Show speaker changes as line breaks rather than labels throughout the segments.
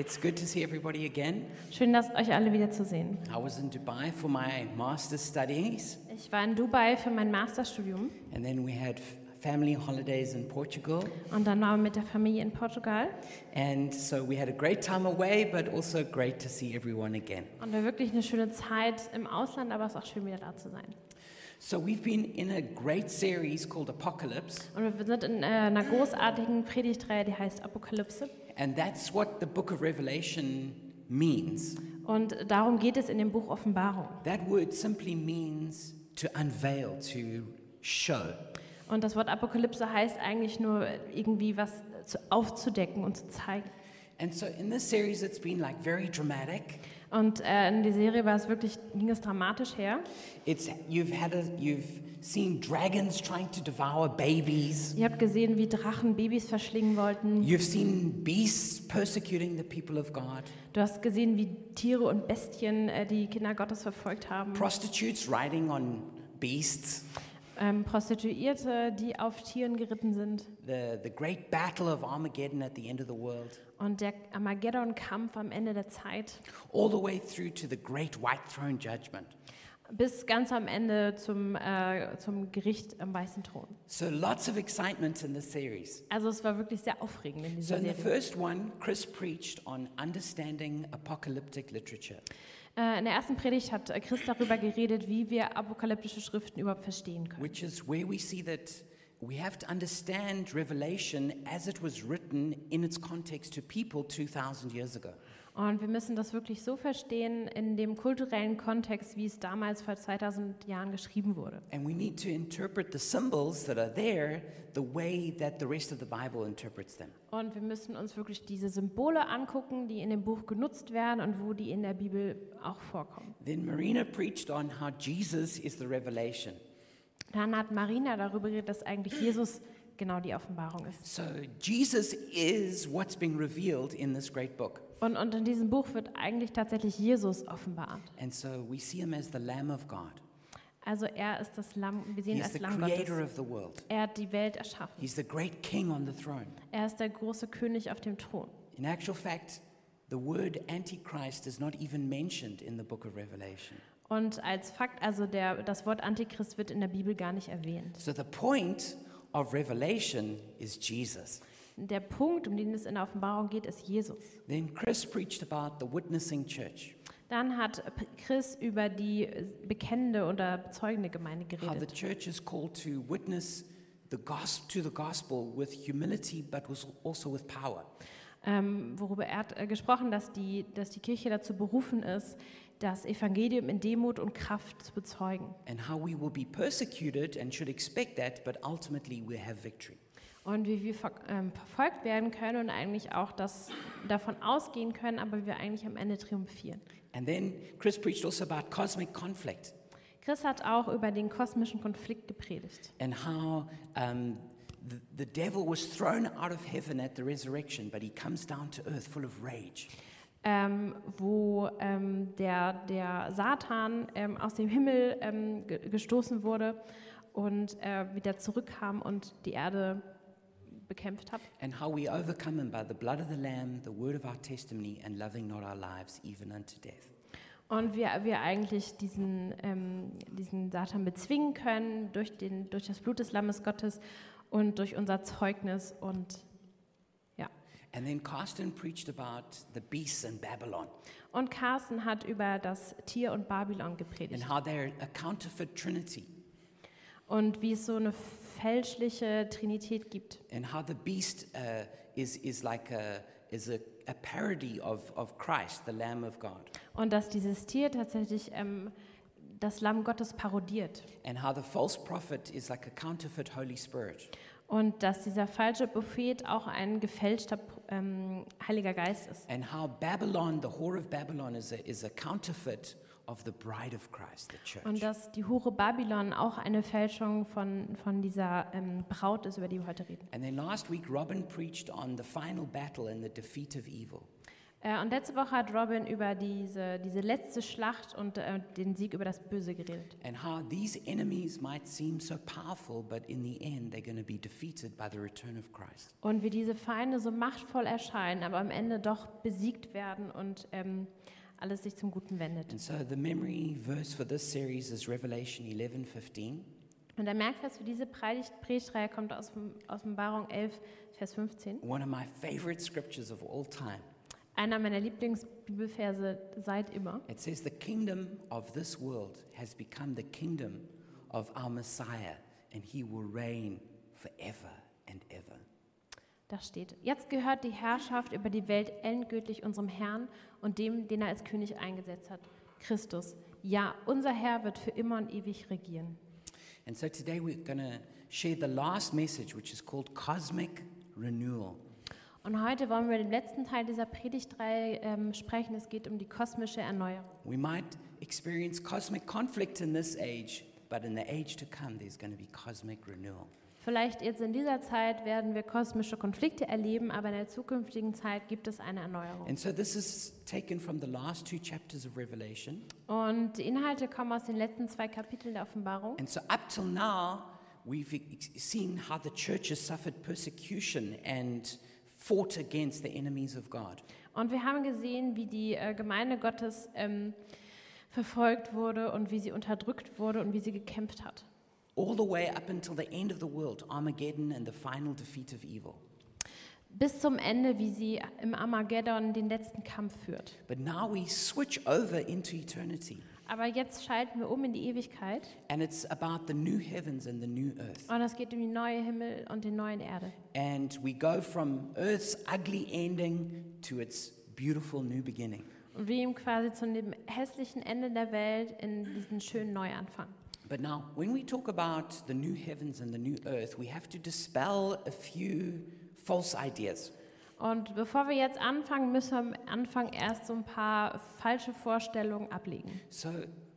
It's good to see everybody again.
Schön, dass euch alle wiederzusehen.
I was in Dubai for my master's studies,
Ich war in Dubai für mein Masterstudium
and then we had f- family holidays in Portugal.
und dann waren wir mit der Familie in Portugal.
And so we had a great time away, but also great to see everyone again.
Und war wirklich eine schöne Zeit im Ausland, aber es ist auch schön, wieder da zu sein.
So we've been in a great series called Apocalypse,
Und wir sind in äh, einer großartigen Predigtreihe, die heißt Apokalypse.
and that's what the book of Revelation means.
Und darum geht es in dem Buch Offenbarung.
That word simply means to unveil, to show.
Und das Wort Apokalypse heißt eigentlich nur irgendwie was zu, aufzudecken und zu zeigen.
And so in this series, it's been like very dramatic.
Und äh, in der Serie war es wirklich, ging es dramatisch her.
It's you've had a, you've seen dragons trying to devour babies.
Ihr habt gesehen, wie Drachen Babys verschlingen wollten.
You've seen beasts persecuting the people of God.
Du hast gesehen, wie Tiere und Bestien äh, die Kinder Gottes verfolgt haben.
Prostitutes riding on beasts.
ähm, Prostituierte, die auf Tieren geritten sind.
The the great battle of Armageddon at the end of the world.
Und der Armageddon-Kampf am Ende der Zeit.
All the way through to the great white throne judgment.
Bis ganz am Ende zum, äh, zum Gericht am Weißen Thron.
So lots of excitement in this series.
Also es war wirklich sehr aufregend in
So
dieser
in the
Serie.
first one, Chris preached on understanding apocalyptic literature.
Äh, in der ersten Predigt hat äh, Chris darüber geredet, wie wir apokalyptische Schriften überhaupt verstehen können.
which is where we see that we have to understand Revelation as it was written in its context to people 2,000 years ago.
Und wir müssen das wirklich so verstehen in dem kulturellen Kontext, wie es damals vor 2000 Jahren geschrieben wurde.
And we need to interpret the symbols that are there the way that the rest of the Bible interprets them.
Und wir müssen uns wirklich diese Symbole angucken, die in dem Buch genutzt werden und wo die in der Bibel auch vorkommen.
Then Marina preached on how Jesus is the revelation.
Dann hat Marina darüber geredet, dass eigentlich Jesus genau die Offenbarung ist.
So Jesus is what's being revealed in this great book.
Und, und in diesem Buch wird eigentlich tatsächlich Jesus offenbart.
And so we see him as the Lamb of God.
Also er ist das Lamm, wir sehen
He's
als
the
Lamm
creator
Gottes.
of the world.
Er hat die Welt erschaffen.
He's the great king on the throne.
Er ist der große König auf dem Thron.
In actual fact, the word Antichrist is not even mentioned in the book of Revelation.
Und als Fakt, also der, das Wort Antichrist wird in der Bibel gar nicht erwähnt.
So the point of Revelation is Jesus.
Der Punkt, um den es in der Offenbarung geht, ist Jesus.
Then Chris preached about the witnessing church,
Dann hat Chris über die bekennende oder bezeugende Gemeinde
how the
geredet.
church is called to witness the gospel to the gospel with humility but was also with power.
Ähm, worüber er hat äh, gesprochen, dass die, dass die Kirche dazu berufen ist, das Evangelium in Demut und Kraft zu bezeugen.
And how we will be persecuted and should expect that, but ultimately we have victory.
Und wie wir ver ähm, verfolgt werden können und eigentlich auch das davon ausgehen können, aber wir eigentlich am Ende triumphieren.
And then Chris preached also about cosmic conflict.
Chris hat auch über den kosmischen Konflikt gepredigt
and how um, the, the devil was thrown out of heaven at the resurrection, but he comes down to earth full of rage.
ähm, wo ähm, der, der Satan ähm, aus dem Himmel ähm, ge gestoßen wurde und äh, wieder zurückkam und die Erde bekämpft hat.
And how we overcome him by the blood of the Lamb, the word of our testimony, and loving not our lives even unto death.
Und wir, wir eigentlich diesen, ähm, diesen Satan bezwingen können durch, den, durch das Blut des Lammes Gottes und durch unser Zeugnis. Und, ja.
And then Carsten preached about the beasts in Babylon
und Carsten hat über das Tier und Babylon gepredigt.
and how they're a counterfeit trinity,
Und wie es so eine fälschliche Trinität gibt.
and how the beast uh, is, is like a, is a, a parody of, of Christ, the Lamb of God,
Und dass dieses Tier tatsächlich ähm, das Lamm Gottes parodiert.
and how the false prophet is like a counterfeit Holy Spirit.
Und dass dieser falsche Prophet auch ein gefälschter ähm, Heiliger Geist ist.
and how Babylon, the whore of Babylon, is a, is a counterfeit of the bride of Christ, the church.
Und dass die Hure Babylon auch eine Fälschung von, von dieser ähm, Braut ist, über die wir heute reden.
and then last week, Robin preached on the final battle and the defeat of evil.
Äh, und letzte Woche hat Robin über diese, diese letzte Schlacht und äh, den Sieg über das Böse geredet.
and how these enemies might seem so powerful, but in the end, they're going to be defeated by the return of Christ.
Und wie diese Feinde so machtvoll erscheinen, aber am Ende doch besiegt werden und ähm, alles sich zum Guten wendet.
And so the memory verse for this series is Revelation 11 15.
Und der Merkvers für diese Predigt- Predigtreihe kommt aus dem- aus Offenbarung 11, Vers 15.
One of my favorite scriptures of all time.
Einer meiner Lieblingsbibelverse seit immer.
It says, The kingdom of this world has become the kingdom of our Messiah, and he will reign forever and ever.
Da steht, jetzt gehört die Herrschaft über die Welt endgültig unserem Herrn und dem, den er als König eingesetzt hat, Christus. Ja, unser Herr wird für immer und ewig regieren.
And so today we're going to share the last message, which is called Cosmic Renewal.
Und heute wollen wir den letzten Teil dieser Predigtreihe ähm, sprechen. Es geht um die kosmische Erneuerung.
We might experience cosmic conflict in this age, but in the age to come, there's going to be cosmic renewal.
Vielleicht jetzt in dieser Zeit werden wir kosmische Konflikte erleben, aber in der zukünftigen Zeit gibt es eine Erneuerung.
And so this is taken from the last two chapters of Revelation.
Und die Inhalte kommen aus den letzten zwei Kapiteln der Offenbarung.
And so up till now, we've e-, ex- seen how the church has suffered persecution and fought against the enemies of God.
Und wir haben gesehen, wie die äh, Gemeinde Gottes ähm, verfolgt wurde und wie sie unterdrückt wurde und wie sie gekämpft hat.
All the way up until the end of the world, Armageddon and the final defeat of evil.
Bis zum Ende, wie sie im Armageddon den letzten Kampf führt.
But now we switch over into eternity,
Aber jetzt schalten wir um in die Ewigkeit
and it's about the new heavens and the new earth.
und es geht um die neue Himmel und den neuen Erde.
And we go from Earth's ugly ending to its beautiful new beginning.
Und wir ihm quasi zu dem hässlichen Ende der Welt in diesen schönen Neuanfang.
But now, when we talk about the new heavens and the new earth, we have to dispel a few false ideas.
Und bevor wir jetzt anfangen, müssen wir am Anfang erst so ein paar falsche Vorstellungen ablegen.
So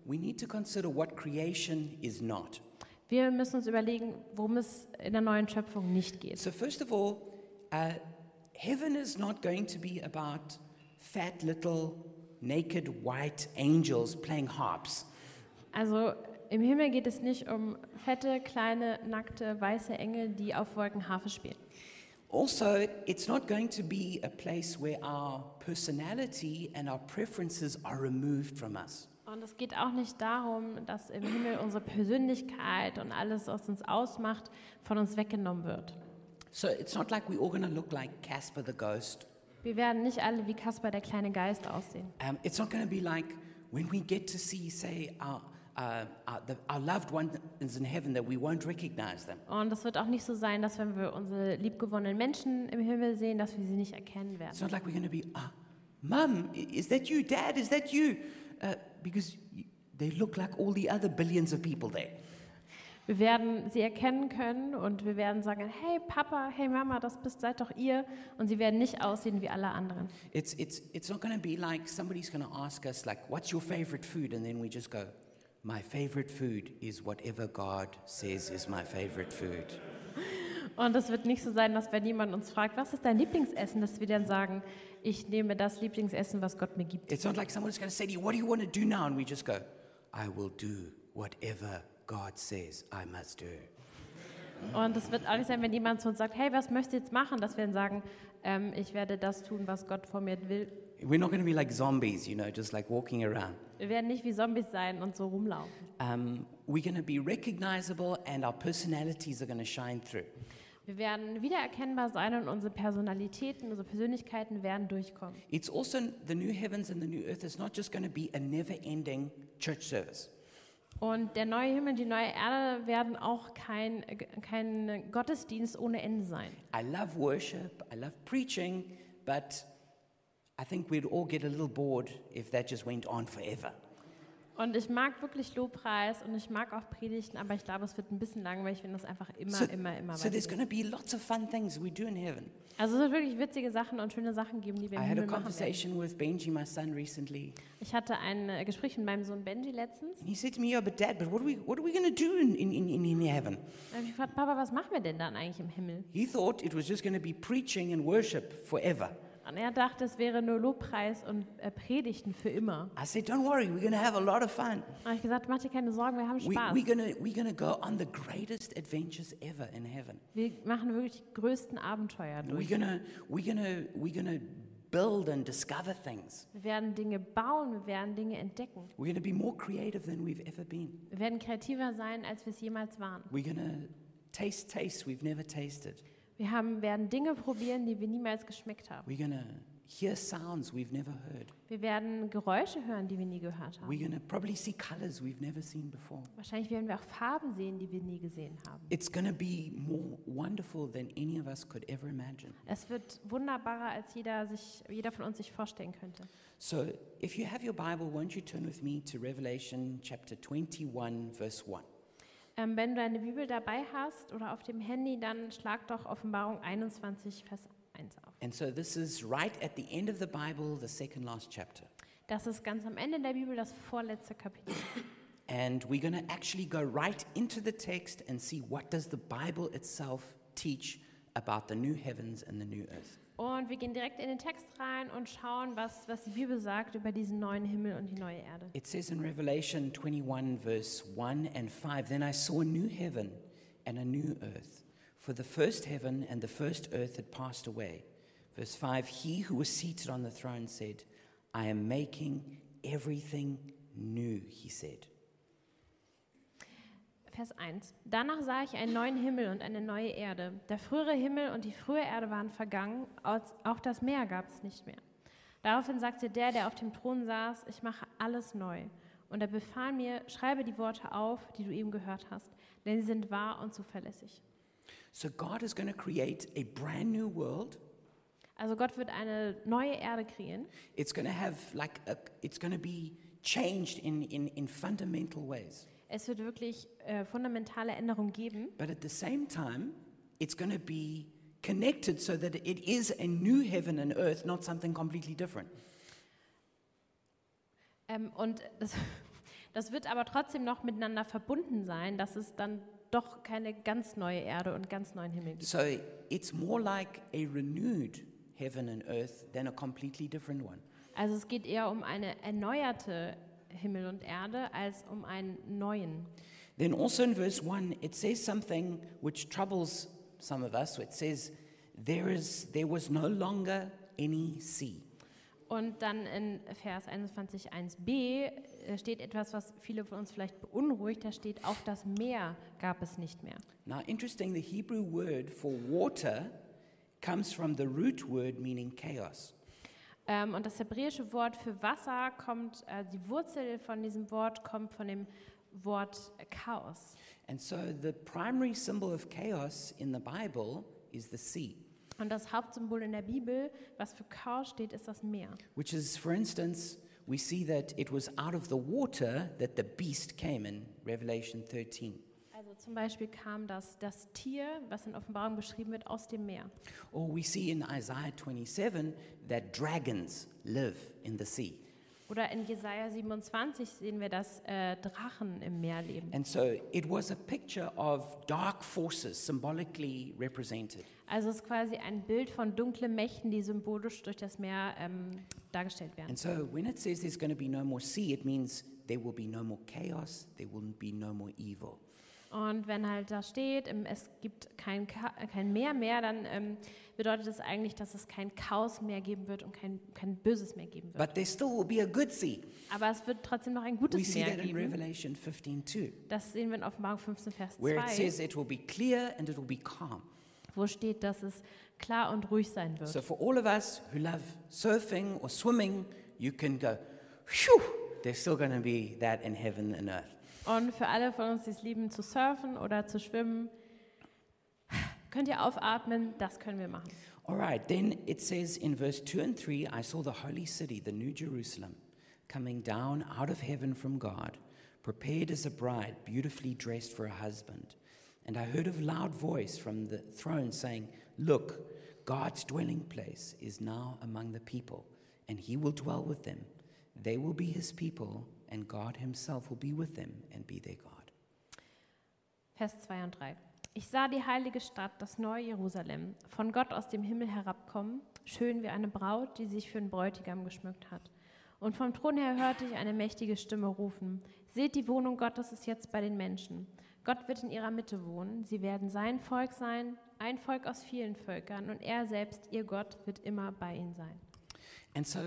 we need to consider what creation is not.
Wir müssen uns überlegen, worum es in der neuen Schöpfung nicht geht.
So, first of all, uh, heaven is not going to be about fat little naked white angels playing harps.
Also im Himmel geht es nicht um fette, kleine, nackte, weiße Engel, die auf Wolken Harfe spielen.
Also, it's not going to be a place where our personality and our preferences are removed from us.
Und es geht auch nicht darum, dass im Himmel unsere Persönlichkeit und alles, was uns ausmacht, von uns weggenommen wird.
So, it's not like we're all going to look like Casper the ghost.
Wir werden nicht alle wie Kaspar der kleine Geist aussehen.
Um, it's not going to be like when we get to see, say, our, uh, our, the, our loved ones in heaven that we won't recognize them.
Und es wird auch nicht so sein, dass wenn wir unsere liebgewonnenen Menschen im Himmel sehen, dass wir sie nicht erkennen werden.
It's not like we're going to be, ah, Mum, i- is that you? Dad, is that you? Uh, because y- they look like all the other billions of people there.
Wir werden sie erkennen können und wir werden sagen, hey Papa, hey Mama, das bist seid doch ihr. Und sie werden nicht aussehen wie alle anderen.
It's, it's, it's not going to be like somebody's going to ask us, like, what's your favorite food? And then we just go, my favorite food is whatever God says is my favorite food.
Und es wird nicht so sein, dass wenn jemand uns fragt, was ist dein Lieblingsessen, dass wir dann sagen, ich nehme das Lieblingsessen, was Gott mir gibt.
It's not like someone's going to say to you, What do you want to do now? And we just go, I will do whatever God says I must do.
Und es wird auch nicht sein, wenn jemand zu uns sagt, hey, was möchtest du jetzt machen, dass wir dann sagen, ähm, ich werde das tun, was Gott von mir will.
We're not going to be like zombies, you know, just like walking around.
Wir werden nicht wie Zombies sein und so rumlaufen.
Um, we're going to be recognizable and our personalities are going to shine through.
Wir werden wiedererkennbar sein und unsere Personalitäten, unsere Persönlichkeiten werden durchkommen.
It's also the new heavens and the new earth is not just going to be a never ending church service.
Und der neue Himmel, die neue Erde werden auch kein, kein Gottesdienst ohne Ende sein.
I love worship, I love preaching, but I think we'd all get a little bored if that just went on forever.
Und ich mag wirklich Lobpreis und ich mag auch Predigten, aber ich glaube, es wird ein bisschen langweilig, wenn das einfach immer,
So-
immer, immer
So there's
weitergeht.
going to be lots of fun things we do in heaven.
Also es wird wirklich witzige Sachen und schöne Sachen geben, die wir
I
im
had a
Himmel machen werden.
conversation with Benji, my son, recently,
Ich hatte ein äh, Gespräch mit meinem Sohn Benji letztens.
and he said to me, "Yeah, but Dad, but what are we, what are we going to do in, in, in, in heaven?"
Da habe ich gefragt, Papa, was machen wir denn dann eigentlich im Himmel?
He thought it was just going to be preaching and worship forever.
Und er dachte, es wäre nur Lobpreis und äh, Predigten für immer.
I said, Don't worry, we're going to have a lot of fun.
Da habe ich gesagt, mach dir keine Sorgen, wir haben
We,
Spaß.
we're going we're gonna go on the greatest adventures ever in heaven.
Wir machen wirklich die größten Abenteuer
We're
durch.
going to we're gonna, we're gonna build and discover things.
Wir werden Dinge bauen, wir werden Dinge entdecken.
We're going to be more creative than we've ever been.
Wir werden kreativer sein, als wir es jemals waren.
We're going to taste tastes we've never tasted.
Wir haben, werden Dinge probieren, die wir niemals geschmeckt haben.
We're going to hear sounds we've never heard.
Wir werden Geräusche hören, die wir nie gehört haben.
We're going to probably see colors we've never seen before.
Wahrscheinlich werden wir auch Farben sehen, die wir nie gesehen haben.
It's going to be more wonderful than any of us could ever imagine.
Es wird wunderbarer, als jeder, sich, jeder von uns sich vorstellen könnte.
So, if you have your Bible, won't you turn with me to Revelation chapter 21, verse 1?
Ähm, wenn du eine Bibel dabei hast oder auf dem Handy, dann schlag doch Offenbarung 21, Vers 1 auf.
And so, this is right at the end of the Bible, the second last chapter.
Das ist ganz am Ende der Bibel, das vorletzte Kapitel.
And we're going to actually go right into the text and see what does the Bible itself teach about the new heavens and the new earth.
Und wir gehen direkt in den Text rein und schauen, was, was die Bibel sagt über diesen neuen Himmel und die neue Erde.
It says in Revelation 21, verse 1 and 5 Then I saw a new heaven and a new earth, for the first heaven and the first earth had passed away. Verse 5 He who was seated on the throne said, I am making everything new, he said.
Vers 1. Danach sah ich einen neuen Himmel und eine neue Erde. Der frühere Himmel und die frühe Erde waren vergangen, als- auch das Meer gab es nicht mehr. Daraufhin sagte der, der auf dem Thron saß, ich mache alles neu. Und er befahl mir, schreibe die Worte auf, die du eben gehört hast, denn sie sind wahr und zuverlässig.
So God is going to create a brand new world.
Also Gott wird eine neue Erde kreieren.
It's going to have like a, it's going to be changed in, in, in fundamental ways.
Es wird wirklich äh, fundamentale Änderungen geben.
But at the same time, it's going to be connected so that it is a new heaven and earth, not something completely different.
Ähm, und das, das wird aber trotzdem noch miteinander verbunden sein, dass es dann doch keine ganz neue Erde und ganz neuen Himmel gibt.
So it's more like a renewed heaven and earth than a completely different one.
Also es geht eher um eine erneuerte Himmel und Erde als um einen neuen.
Then also in verse 1, it says something which troubles some of us. It says, there, is, there was no longer any sea.
Und dann in Vers 21.1b äh, steht etwas, was viele von uns vielleicht beunruhigt. Da steht, auch das Meer gab es nicht mehr.
Now, interesting, the Hebrew word for water comes from the root word meaning chaos.
Ähm, und das hebräische Wort für Wasser kommt, äh, die Wurzel von diesem Wort kommt von dem Wort Chaos.
And so the primary symbol of chaos in the Bible is the sea,
Und das Hauptsymbol in der Bibel, was für Chaos steht, ist das Meer.
which is, for instance, we see that it was out of the water that the beast came in Revelation 13.
Also zum Beispiel kam das, das Tier, was in Offenbarung beschrieben wird, aus dem Meer.
Or we see in Isaiah 27 that dragons live in the sea.
Oder in Jesaja 27 sehen wir, dass äh, Drachen im Meer leben.
And so it was a picture of dark forces symbolically represented.
Also es ist quasi ein Bild von dunklen Mächten, die symbolisch durch das Meer ähm, dargestellt werden.
And so when it says there's going to be no more sea, it means there will be no more chaos, there will be no more evil.
Und wenn halt da steht, ähm, es gibt kein, Ka äh, kein Meer mehr, dann ähm, bedeutet das eigentlich, dass es kein Chaos mehr geben wird und kein, kein Böses mehr geben wird.
But there still will be a good sea.
Aber es wird trotzdem noch ein
We
gutes
see
Meer
that in
geben.
Revelation 15 too,
Das sehen wir in Offenbarung 15, Vers
where it
2,
says it will be clear and it will be calm.
wo steht, dass es klar und ruhig sein wird.
So for all of us who love surfing or swimming, you can go, phew, there's still going to be that in heaven and earth.
Und für alle von uns, die es lieben, zu surfen oder zu schwimmen, könnt ihr aufatmen, das können wir machen.
All right, then it says in verse 2 and 3 I saw the holy city, the new Jerusalem, coming down out of heaven from God, prepared as a bride, beautifully dressed for a husband. And I heard a loud voice from the throne saying, Look, God's dwelling place is now among the people, and he will dwell with them. They will be his people, and God himself will be with them and be their God.
Vers 2 und 3. Ich sah die heilige Stadt, das neue Jerusalem, von Gott aus dem Himmel herabkommen, schön wie eine Braut, die sich für einen Bräutigam geschmückt hat. Und vom Thron her hörte ich eine mächtige Stimme rufen, Seht, die Wohnung Gottes ist jetzt bei den Menschen. Gott wird in ihrer Mitte wohnen, sie werden sein Volk sein, ein Volk aus vielen Völkern, und er selbst, ihr Gott, wird immer bei ihnen sein.
And so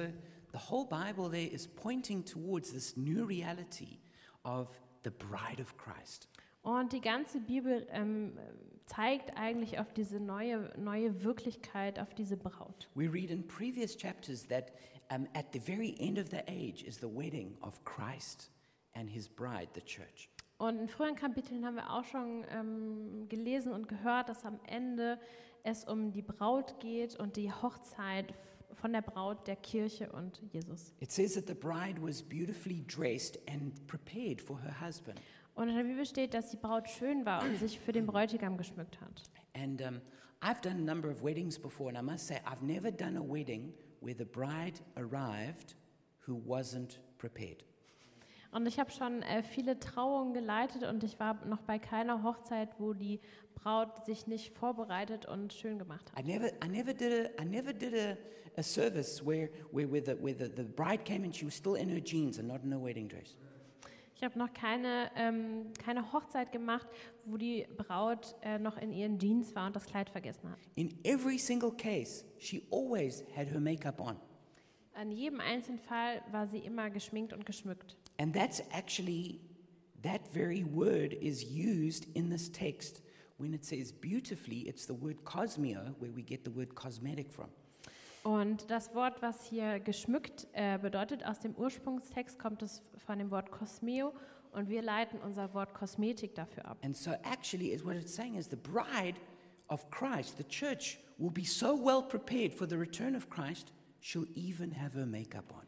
the whole Bible there is pointing towards this new reality of the bride of Christ.
Und die ganze Bibel ähm, zeigt eigentlich auf diese neue, neue Wirklichkeit, auf diese Braut.
We read in previous chapters that um, at the very end of the age is the wedding of Christ and his bride, the church.
Und in früheren Kapiteln haben wir auch schon ähm, gelesen und gehört, dass am Ende es um die Braut geht und die Hochzeit von der Braut, der Kirche und Jesus.
It says that the bride was beautifully dressed and prepared for her husband.
Und in der Bibel steht, dass die Braut schön war und sich für den Bräutigam geschmückt hat.
And um, I've done a number of weddings before, and I must say, I've never done a wedding where the bride arrived who wasn't prepared.
Und ich habe schon äh, viele Trauungen geleitet und ich war noch bei keiner Hochzeit, wo die Braut sich nicht vorbereitet und schön gemacht hat.
I never, I never did a, I never did a, a service where, where, where, the, where the, the bride came and she was still in her jeans and not in her wedding dress.
Ich habe noch keine, ähm, keine Hochzeit gemacht, wo die Braut äh, noch in ihren Jeans war und das Kleid vergessen hat.
In every single case, she always had her makeup on.
An jedem einzelnen Fall war sie immer geschminkt und geschmückt.
And that's actually, that very word is used in this text. When it says beautifully, it's the word cosmio, where we get the word cosmetic from.
Und das Wort, was hier geschmückt äh, bedeutet, aus dem Ursprungstext kommt es von dem Wort Cosmeo und wir leiten unser Wort Kosmetik dafür ab.
And so, actually, is what it's saying is the bride of Christ, the church, will be so well prepared for the return of Christ, she'll even have her makeup on.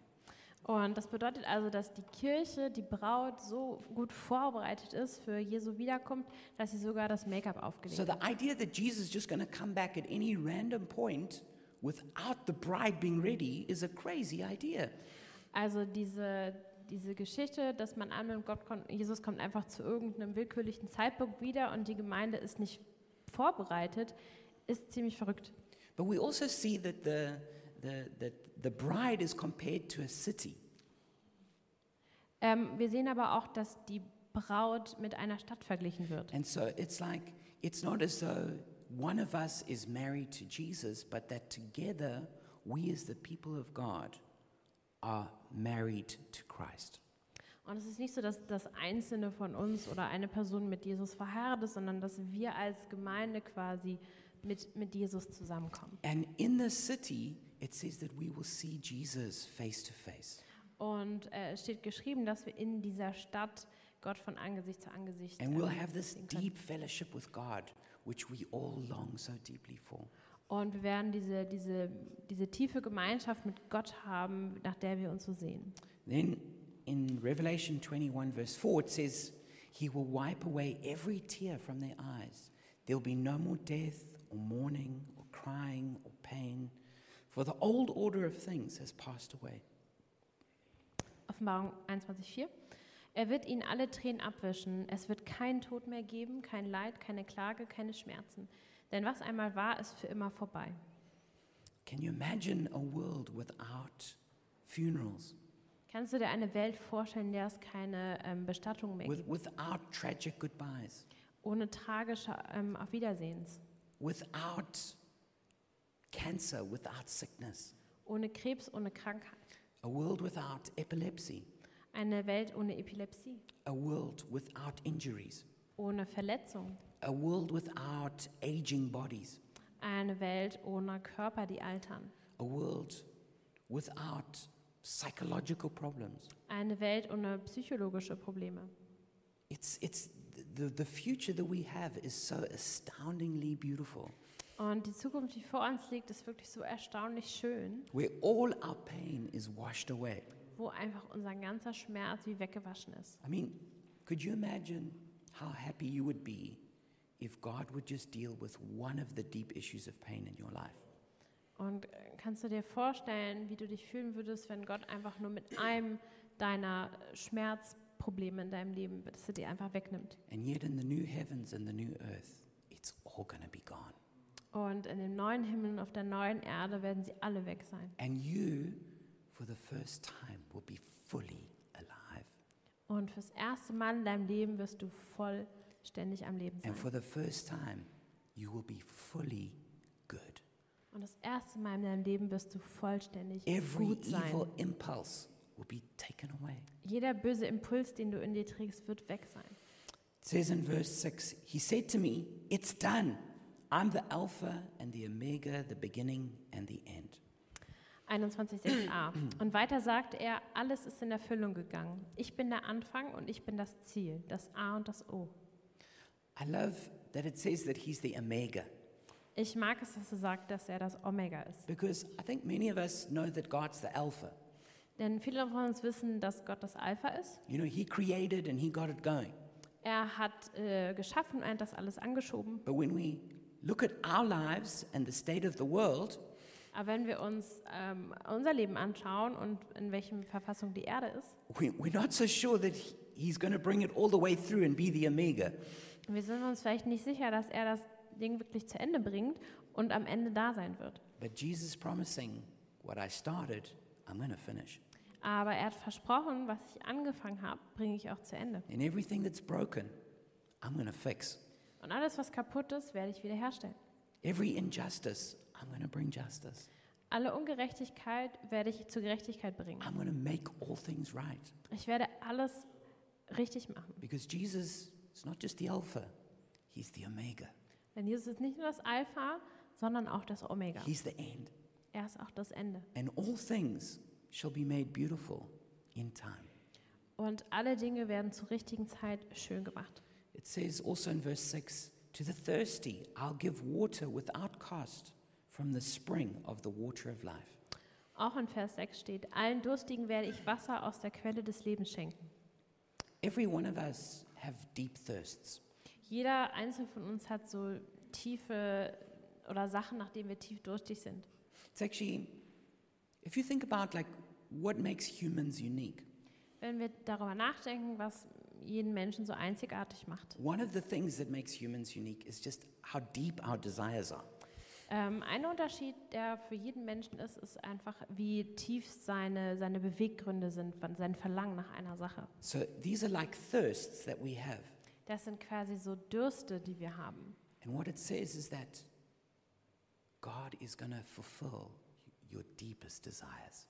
Und das bedeutet also, dass die Kirche, die Braut so gut vorbereitet ist für Jesu Wiederkunft, dass sie sogar das Make-up aufgelegt
So,
hat.
the idea that Jesus is just going to come back at any random point without the bride being ready is a crazy idea.
Also diese, diese Geschichte, dass man annimmt, Gott kommt, Jesus kommt einfach zu irgendeinem willkürlichen Zeitpunkt wieder und die Gemeinde ist nicht vorbereitet, ist ziemlich verrückt.
But we also see that the, the, that the bride is compared to a city.
Ähm, wir sehen aber auch, dass die Braut mit einer Stadt verglichen wird.
And so it's like, it's not as though one of us is married to Jesus, but that together we as the people of God are married to Christ.
Und es ist nicht so, dass das Einzelne von uns oder eine Person mit Jesus verheiratet ist, sondern dass wir als Gemeinde quasi mit, mit Jesus zusammenkommen.
And in the city, it says that we will see Jesus face to face.
Und äh, es steht geschrieben, dass wir in dieser Stadt Gott von Angesicht zu Angesicht
And we'll
ähm,
have this
sehen können.
deep fellowship with God, which we all long so deeply for.
Und wir werden diese, diese, diese tiefe Gemeinschaft mit Gott haben, nach der wir uns so sehen.
Then in Revelation 21, verse 4, it says, He will wipe away every tear from their eyes. There'll be no more death, or mourning, or crying, or pain, for the old order of things has passed away.
Offenbarung 21,4. Er wird ihnen alle Tränen abwischen. Es wird keinen Tod mehr geben, kein Leid, keine Klage, keine Schmerzen. Denn was einmal war, ist für immer vorbei.
Can you imagine a world without funerals,
Kannst du dir eine Welt vorstellen, in der es keine ähm, Bestattung mehr
with,
gibt?
without tragic goodbyes,
Ohne tragische ähm, Auf Wiedersehens.
without cancer, without sickness,
Ohne Krebs, ohne Krankheit.
a world without epilepsy,
Eine Welt ohne Epilepsie.
a world without injuries,
Ohne Verletzung.
a world without aging bodies?
Eine Welt ohne Körper, die altern.
a world without psychological problems.
Eine Welt ohne psychologische Probleme.
It's, it's the, the future that we have is so astoundingly beautiful,
Und die Zukunft, die vor uns liegt, ist wirklich so erstaunlich schön.
where all our pain is washed away.
wo einfach unser ganzer Schmerz wie weggewaschen ist.
I mean, could you imagine how happy you would be if God would just deal with one of the deep issues of pain in your life?
Und äh, kannst du dir vorstellen, wie du dich fühlen würdest, wenn Gott einfach nur mit einem deiner äh, Schmerzprobleme in deinem Leben, dass er dir einfach wegnimmt.
And yet, in the new heavens and the new earth, it's all going to be gone.
Und in dem neuen Himmel und auf der neuen Erde werden sie alle weg sein.
And you, for the first time, will be fully alive.
Und fürs erste Mal in deinem Leben wirst du vollständig am Leben sein.
And for the first time, you will be fully good.
Und das erste Mal in deinem Leben wirst du vollständig
Every
gut sein.
evil impulse will be taken away.
Jeder böse Impuls, den du in dir trägst, wird weg sein.
It says in verse 6 He said to me, It's done. I'm the Alpha and the Omega, the beginning and the end.
21.6a. Und weiter sagt er, alles ist in Erfüllung gegangen. Ich bin der Anfang und ich bin das Ziel, das A und das O.
I love that it says that he's the Omega
Ich mag es, dass er sagt, dass er das Omega ist.
because I think many of us know that God's the Alpha.
Denn viele von uns wissen, dass Gott das Alpha ist.
You know, he created and he got it going.
Er hat äh, geschaffen und er hat das alles angeschoben.
But when we look at our lives and the state of the world,
Aber wenn wir uns ähm, unser Leben anschauen und in welchem Verfassung die Erde ist,
we, we're not so sure that he- he's going to bring it all the way through and be the Omega.
wir sind uns vielleicht nicht sicher, dass er das Ding wirklich zu Ende bringt und am Ende da sein wird.
But Jesus promising, What I started, I'm going to finish.
Aber er hat versprochen, was ich angefangen habe, bringe ich auch zu Ende.
And everything that's broken, I'm going to fix.
Und alles, was kaputt ist, werde ich wiederherstellen.
Every injustice, I'm going to bring justice.
Alle Ungerechtigkeit werde ich zur Gerechtigkeit bringen.
I'm going to make all things right.
Ich werde alles richtig machen.
Because Jesus is not just the Alpha, He's the Omega,
Denn Jesus ist nicht nur das Alpha, sondern auch das Omega.
He's the end.
Er ist auch das Ende.
And all things shall be made beautiful in time.
Und alle Dinge werden zur richtigen Zeit schön gemacht.
It says also in verse 6 To the thirsty, I'll give water without cost from the spring of the water of life.
Auch in Vers 6 steht, allen Durstigen werde ich Wasser aus der Quelle des Lebens schenken.
Every one of us have deep thirsts.
Jeder Einzelne von uns hat so tiefe oder Sachen, nach denen wir tief durstig sind.
It's actually, if you think about like what makes humans unique,
Wenn wir darüber nachdenken, was jeden Menschen so einzigartig macht.
one of the things that makes humans unique is just how deep our desires are.
Ähm, ein Unterschied, der für jeden Menschen ist, ist einfach, wie tief seine, seine Beweggründe sind, wann- sein Verlangen nach einer Sache.
So these are like thirsts that we have.
Das sind quasi so Dürste, die wir haben.
And what it says is that God is going to fulfill your deepest desires.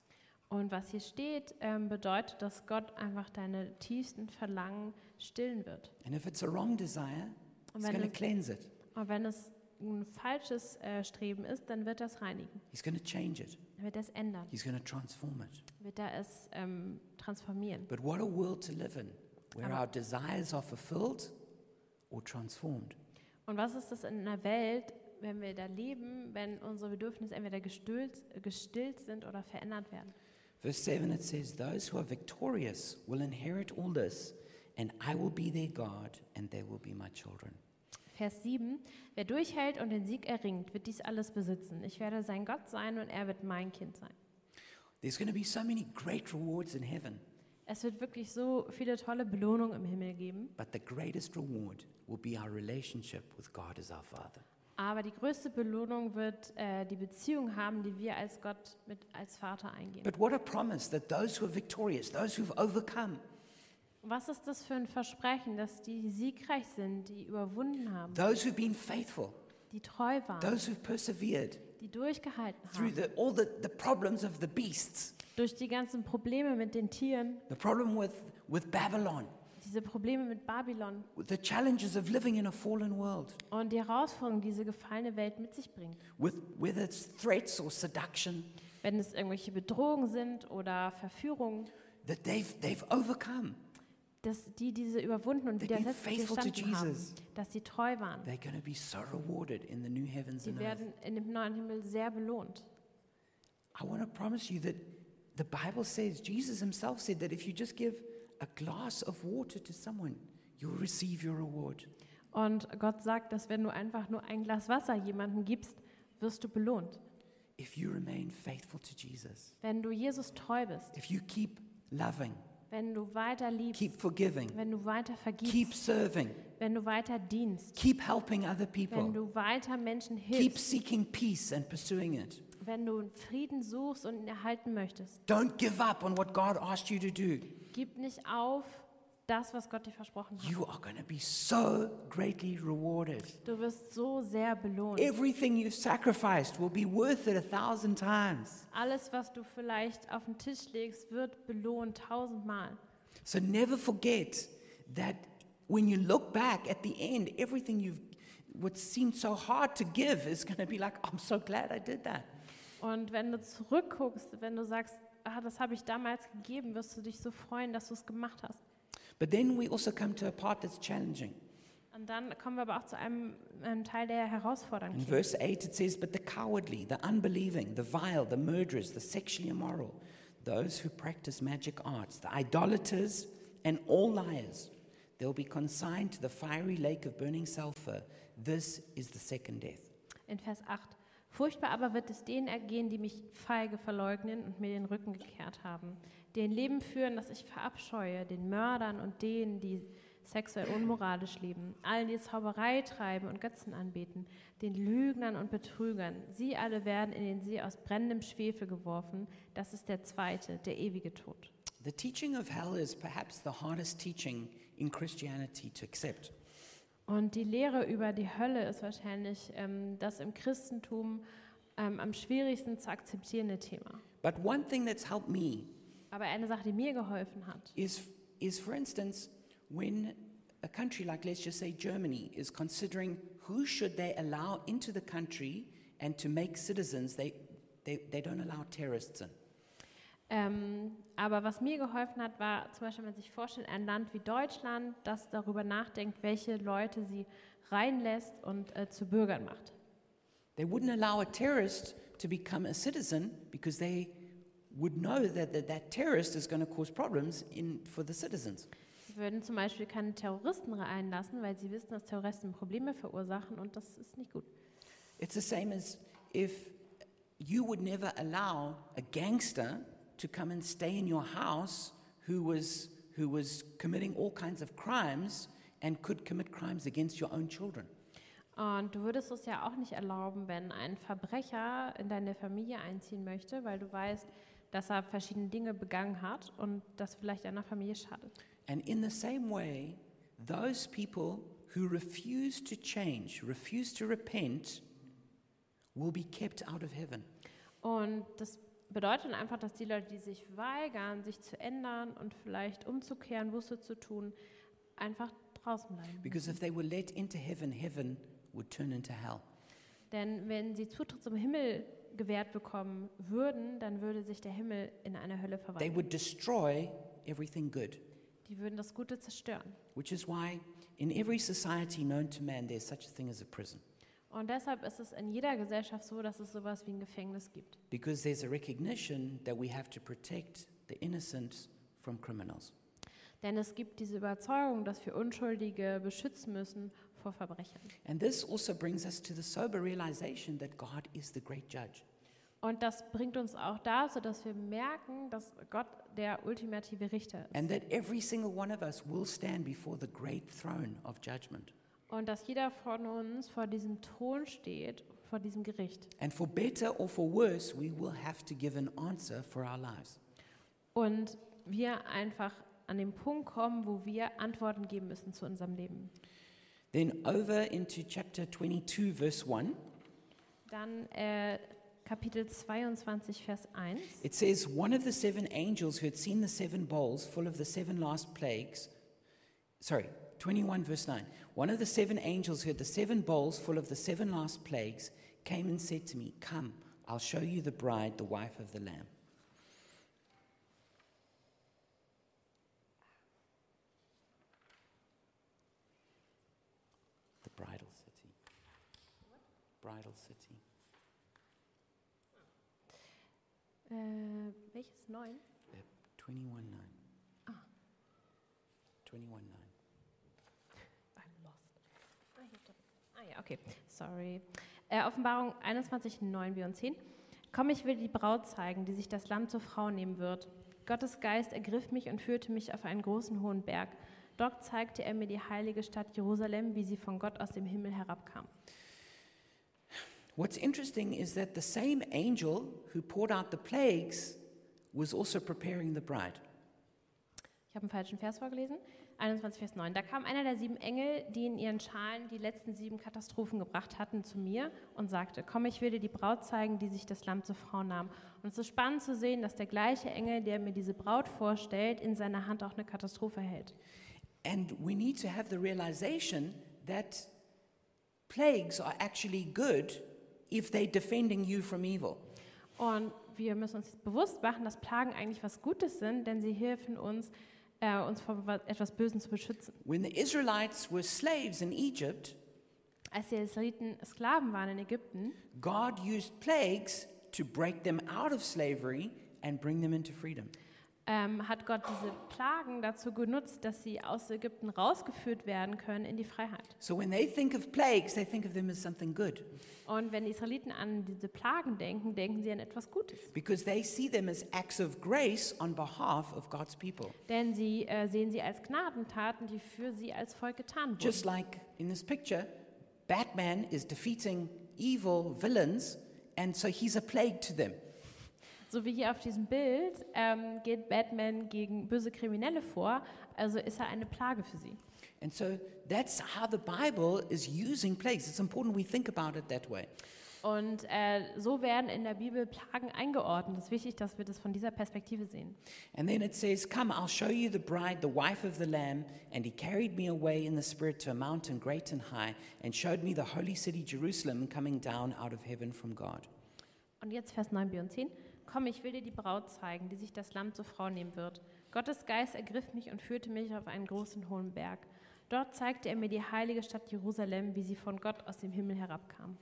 Und was hier steht, ähm, bedeutet, dass Gott einfach deine tiefsten Verlangen stillen wird.
And if it's a wrong desire,
Und
He's
wenn,
going to
es,
cleanse it,
und wenn es ein falsches äh, Streben ist, dann wird das reinigen,
He's going to change it,
dann wird das ändern,
He's going to transform it.
wird er es ähm, transformieren.
But what a world to live in where
Aber-
our desires are fulfilled or transformed.
Und was ist das in einer Welt, wenn wir da leben, wenn unsere Bedürfnisse entweder gestillt, gestillt sind oder verändert werden?
Verse 7 it says, Those who are victorious will inherit all this, and I will be their God, and they will be my children.
Vers 7. Wer durchhält und den Sieg erringt, wird dies alles besitzen. Ich werde sein Gott sein und er wird mein Kind sein.
There's going to be so many great rewards in heaven,
Es wird wirklich so viele tolle Belohnungen im Himmel geben,
but the greatest reward will be our relationship with God as our Father.
aber die größte Belohnung wird äh, die Beziehung haben, die wir als Gott mit als Vater eingehen.
But what a promise that those who are victorious, those who've overcome,
Und was ist das für ein Versprechen, dass die, die siegreich sind, die überwunden haben,
those who've been faithful,
die treu waren,
those who've persevered
die durchgehalten
through
haben?
the, all the, the problems of the beasts,
Durch die ganzen Probleme mit den Tieren,
the problem with, with Babylon,
diese Probleme mit Babylon
with the challenges of living in a fallen world.
und die Herausforderungen, die diese gefallene Welt mit sich bringt.
with whether it's threats or seduction,
Wenn es irgendwelche Bedrohungen sind oder Verführungen,
that they've, they've overcome.
dass die diese überwunden und
They've
wieder
been faithful to
gestanden haben,
Jesus.
dass sie treu waren.
They're going to be so rewarded in the new heavens
Sie
and earth.
werden in dem neuen Himmel sehr belohnt.
I want to promise you that the Bible says, Jesus himself said that if you just give a glass of water to someone, you'll receive your reward.
Und Gott sagt, dass wenn du einfach nur ein Glas Wasser jemandem gibst, wirst du belohnt.
If you remain faithful to Jesus,
Wenn du Jesus treu bist,
if you keep loving,
Wenn du weiter liebst,
Keep forgiving.
wenn du weiter vergibst,
Keep serving.
wenn du weiter dienst,
Keep helping other
wenn
people.
du weiter Menschen
Keep
hilfst,
seeking peace and pursuing it.
wenn du Frieden suchst und ihn erhalten möchtest,
Don't give up on what God asked you to do.
gib nicht auf das, was Gott dir versprochen hat.
You are going to be so greatly rewarded.
Du wirst so sehr belohnt.
Everything you've sacrificed will be worth it a thousand times.
Alles, was du vielleicht auf den Tisch legst, wird belohnt tausendmal.
So never forget that when you look back at the end, everything you've, what seemed so hard to give is going to be like, I'm so glad I did that.
Und wenn du zurückguckst, wenn du sagst, ah, das habe ich damals gegeben, wirst du dich so freuen, dass du es gemacht hast.
But then we also come to a part that's challenging.
Und dann kommen wir aber auch zu einem, einem Teil, der herausfordernd
In
klingt.
verse 8, it says, But the cowardly, the unbelieving, the vile, the murderers, the sexually immoral, those who practice magic arts, the idolaters, and all liars, they'll be consigned to the fiery lake of burning sulfur. This is the second death.
In Vers 8. Furchtbar aber wird es denen ergehen, die mich feige verleugnen und mir den Rücken gekehrt haben, die ein Leben führen, das ich verabscheue, den Mördern und denen, die sexuell unmoralisch leben, allen, die Zauberei treiben und Götzen anbeten, den Lügnern und Betrügern. Sie alle werden in den See aus brennendem Schwefel geworfen. Das ist der zweite, der ewige Tod.
The teaching of hell is perhaps the hardest teaching in Christianity to accept.
Und die Lehre über die Hölle ist wahrscheinlich ähm, das im Christentum ähm, am schwierigsten zu akzeptierende Thema.
But one thing that's helped me
Aber eine Sache, die mir geholfen hat,
is, is for instance, when a country like, let's just say Germany, is considering who should they allow into the country and to make citizens, they, they, they don't allow terrorists in.
ähm, aber was mir geholfen hat, war zum Beispiel, wenn man sich vorstellt, ein Land wie Deutschland, das darüber nachdenkt, welche Leute sie reinlässt und äh, zu Bürgern macht.
They wouldn't allow a terrorist to become a citizen because they would know that that, that terrorist is going to cause problems in, for the citizens.
Sie würden zum Beispiel keine Terroristen reinlassen, weil sie wissen, dass Terroristen Probleme verursachen und das ist nicht gut.
It's the same as if you would never allow a gangster to come and stay in your house who was, who was committing all kinds of crimes and could commit crimes against your own children.
Und du würdest es ja auch nicht erlauben, wenn ein Verbrecher in deine Familie einziehen möchte, weil du weißt, dass er verschiedene Dinge begangen hat und das vielleicht deiner Familie schadet.
And in the same way, those people who refuse to change, refuse to repent, will be kept out of heaven.
Und das bedeutet einfach, dass die Leute, die sich weigern, sich zu ändern und vielleicht umzukehren, Buße zu tun, einfach draußen bleiben.
Because if they were let into heaven, heaven would turn into hell.
Denn wenn sie Zutritt zum Himmel gewährt bekommen würden, dann würde sich der Himmel in eine Hölle
They
verwandeln.
would destroy everything good.
Die würden das Gute zerstören.
Which is why, in every society known to man, there's such a thing as a prison.
Und deshalb ist es in jeder Gesellschaft so, dass es sowas wie ein Gefängnis gibt.
Because there's a recognition that we have to protect the innocent from criminals.
Denn es gibt diese Überzeugung, dass wir Unschuldige beschützen müssen vor Verbrechern.
And this also brings us to the sober realization that God is the great judge.
Und das bringt uns auch dazu, dass wir merken, dass Gott der ultimative Richter ist.
And that every single one of us will stand before the great throne of judgment.
Und dass jeder von uns vor diesem Thron steht, vor diesem Gericht.
And for better or for worse, we will have to give an answer for our lives.
Und wir einfach an den Punkt kommen, wo wir Antworten geben müssen zu unserem Leben.
Then over into chapter 22, verse 1.
Dann äh, Kapitel 22, Vers 1.
It says, One of the seven angels who had seen the seven bowls full of the seven last plagues, sorry, 21 verse 9. One of the seven angels who had the seven bowls full of the seven last plagues came and said to me, Come, I'll show you the bride, the wife of the Lamb. The bridal city. Bridal city.
Äh, welches 9?
21.9.
Ah.
21.9.
I'm lost. Ah, ich hab doch- Ah ja, okay, sorry. Äh, Offenbarung 21, 9 und 10. Komm, ich will die Braut zeigen, die sich das Lamm zur Frau nehmen wird. Gottes Geist ergriff mich und führte mich auf einen großen hohen Berg. Dort zeigte er mir die heilige Stadt Jerusalem, wie sie von Gott aus dem Himmel herabkam.
What's interesting is that the same angel who poured out the plagues was also preparing the bride.
Ich habe einen falschen Vers vorgelesen. 21, Vers 9. Da kam einer der sieben Engel, die in ihren Schalen die letzten sieben Katastrophen gebracht hatten, zu mir und sagte: Komm, ich will dir die Braut zeigen, die sich das Lamm zur Frau nahm. Und es ist spannend zu sehen, dass der gleiche Engel, der mir diese Braut vorstellt, in seiner Hand auch eine Katastrophe hält.
And we need to have the realization that plagues are actually good if they're defending you from evil.
Und wir müssen uns bewusst machen, dass Plagen eigentlich was Gutes sind, denn sie helfen uns, äh, uns vor wa- etwas Bösen zu beschützen.
When the Israelites were slaves in Egypt,
Als die Israeliten Sklaven waren in Ägypten,
God used plagues to break them out of slavery and bring them into freedom.
ähm, hat Gott diese Plagen dazu genutzt, dass sie aus Ägypten rausgeführt werden können in die Freiheit.
So when they think of plagues, they think of them as something good
Und wenn die Israeliten an diese Plagen denken, denken sie an etwas Gutes.
because they see them as acts of grace on behalf of God's people.
Denn sie äh, sehen sie als Gnadentaten, die für sie als Volk getan wurden.
Just like in this picture, Batman is defeating evil villains, and so he's a plague to them.
So wie hier auf diesem Bild ähm, geht Batman gegen böse Kriminelle vor, also ist er eine Plage für sie.
And so that's how the Bible is using plagues. It's important we think about it that way.
Und äh, so werden in der Bibel Plagen eingeordnet. Es ist wichtig, dass wir das von dieser Perspektive sehen.
And then it says, Come, I'll show you the bride, the wife of the Lamb. And he carried me away in the Spirit to a mountain great and high, and showed me the holy city Jerusalem coming down out of heaven from God.
Und jetzt Vers 9b und 10. Komm, ich will dir die Braut zeigen, die sich das Lamm zur Frau nehmen wird. Gottes Geist ergriff mich und führte mich auf einen großen hohen Berg. Dort zeigte er mir die heilige Stadt Jerusalem, wie sie von Gott aus dem Himmel herabkam.